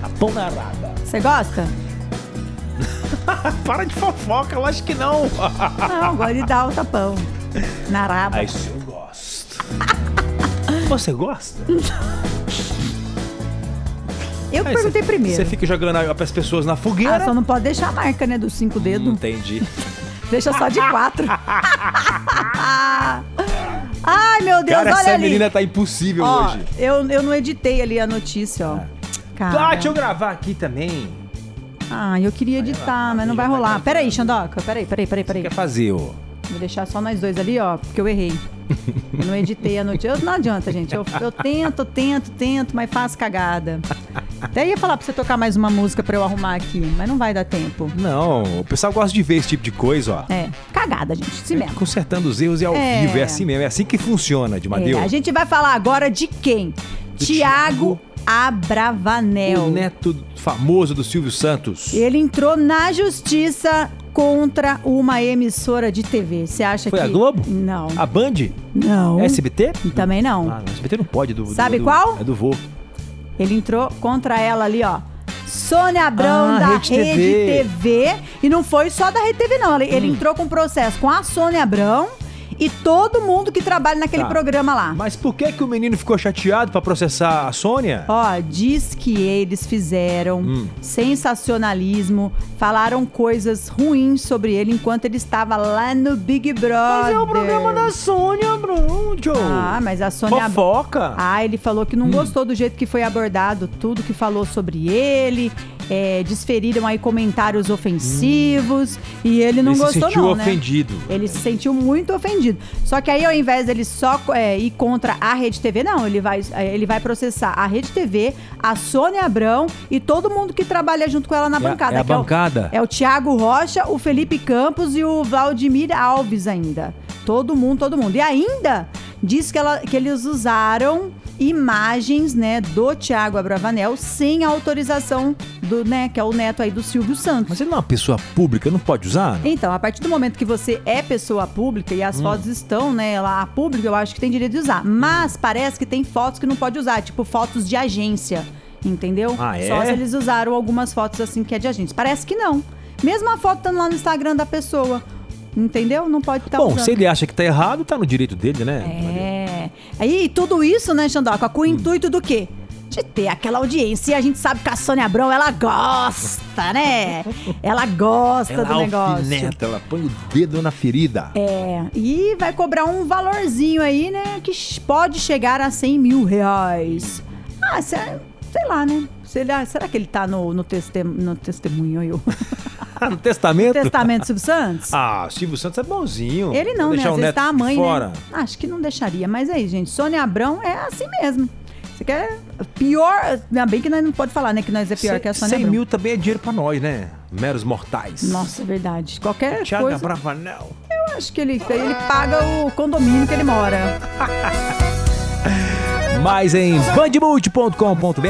A panarada. Você gosta? Para de fofoca, eu acho que não. Não, gosto de dar o tapão. Na raba. Ah, isso eu gosto. Você gosta? Eu que Aí você- perguntei primeiro. Você fica jogando as pessoas na Ah, fogueira. Hum, só não pode deixar a marca, né? Dos cinco dedos. entendi. Deixa só de quatro. Ai, meu Deus, Cara, olha essa ali. menina tá impossível Ó, hoje. eu, eu não editei ali a notícia, ó. Cara. Ah, deixa eu gravar aqui também. Ah, eu queria tá editar, mas não vai rolar. Peraí, Xandoca, peraí, peraí, peraí, peraí. Quer fazer, ô? Vou deixar só nós dois ali, ó, porque eu errei. Eu não editei a notícia. Eu- Não adianta, gente. Eu, eu tento, tento, tento, mas faço cagada. Até ia falar pra você tocar mais uma música pra eu arrumar aqui, mas não vai dar tempo. Não, o pessoal gosta de ver esse tipo de coisa, ó. É, cagada, gente. Se mesmo. Consertando os erros e ao É. vivo, é assim mesmo, é assim que funciona, de Madeu. É, a gente vai falar agora de quem? Tiago Tiago Abravanel. O neto famoso do Silvio Santos. Ele entrou na justiça contra uma emissora de TV. Você acha Foi que. a Globo? Não. A Band? Não. SBT? Também não. Ah, não, SBT não pode. Do, do- Sabe do- qual? É do vô. Ele entrou contra ela ali, ó. Sônia Abrão Ah, da Rede Rede TV. TV. E não foi só da Rede TV, não. Ele, ele Hum. entrou com processo com a Sônia Abrão e todo mundo que trabalha naquele Tá. programa lá. Mas por que, que o menino ficou chateado pra processar a Sônia? Ó, diz que eles fizeram Hum. sensacionalismo, falaram coisas ruins sobre ele enquanto ele estava lá no Big Brother. é um Sônia, Bruno. Ah, mas a Sônia Abrão. Fofoca? Ah, ele falou que não Hum. gostou do jeito que foi abordado tudo que falou sobre ele. é, desferiram aí comentários ofensivos. E ele não Hum. Ele se gostou, sentiu não, né? ofendido. Ele se sentiu muito ofendido. Só que aí, ao invés dele só é, ir contra a Rede TV, não, ele vai, é, ele vai processar a Rede TV, a Sônia Abrão e todo mundo que trabalha junto com ela tá na É a- bancada. é a que o- bancada? É o, Thiago Rocha, o Felipe Campos e o Valdimir Alves ainda. Todo mundo, todo mundo. E ainda diz que, ela- que eles usaram imagens, né, do Thiago Abravanel sem a autorização do, né, que é o neto aí do Silvio Santos. Mas ele não é uma pessoa pública, não pode usar? não? Então, a partir do momento que você é pessoa pública e as Hum. fotos estão, né, lá pública, eu acho que tem direito de usar. Mas parece que tem fotos que não pode usar, tipo fotos de agência, entendeu? Ah, é? Só se eles usaram algumas fotos assim que é de agência. Parece que não. Mesmo a foto estando lá no Instagram da pessoa, entendeu? Não pode estar Bom, usando. se ele acha que tá errado, tá no direito dele, né? É. Aí tudo isso, né, Xandoca, Hum. com o intuito do quê? De ter aquela audiência. E a gente sabe que a Sônia Abrão, ela gosta, né? Ela gosta É, tá do negócio. alfineta, ela põe o dedo na ferida. É, e vai cobrar um valorzinho aí, né? Que ch- pode chegar a 100 mil reais. Ah, se- sei lá, né? Será, será que ele tá no, no, testem, no testemunho eu? Ah, no testamento? Testamento Silvio Santos? Ah, o Silvio Santos é bonzinho. Ele não, Vai né? deixar Às o vezes neto tá a mãe, fora. né? Acho que não deixaria. Mas é isso, gente. Sônia Abrão é assim mesmo. Você quer pior... Ainda bem que nós não pode falar, né? Que nós é pior que a Sônia 100 Abrão. mil também é dinheiro pra nós, né? Meros mortais. Nossa, é verdade. Qualquer Tiago coisa... Abravanel. Eu acho que ele, ele paga o condomínio que ele mora. Mais em bandmult.com.br.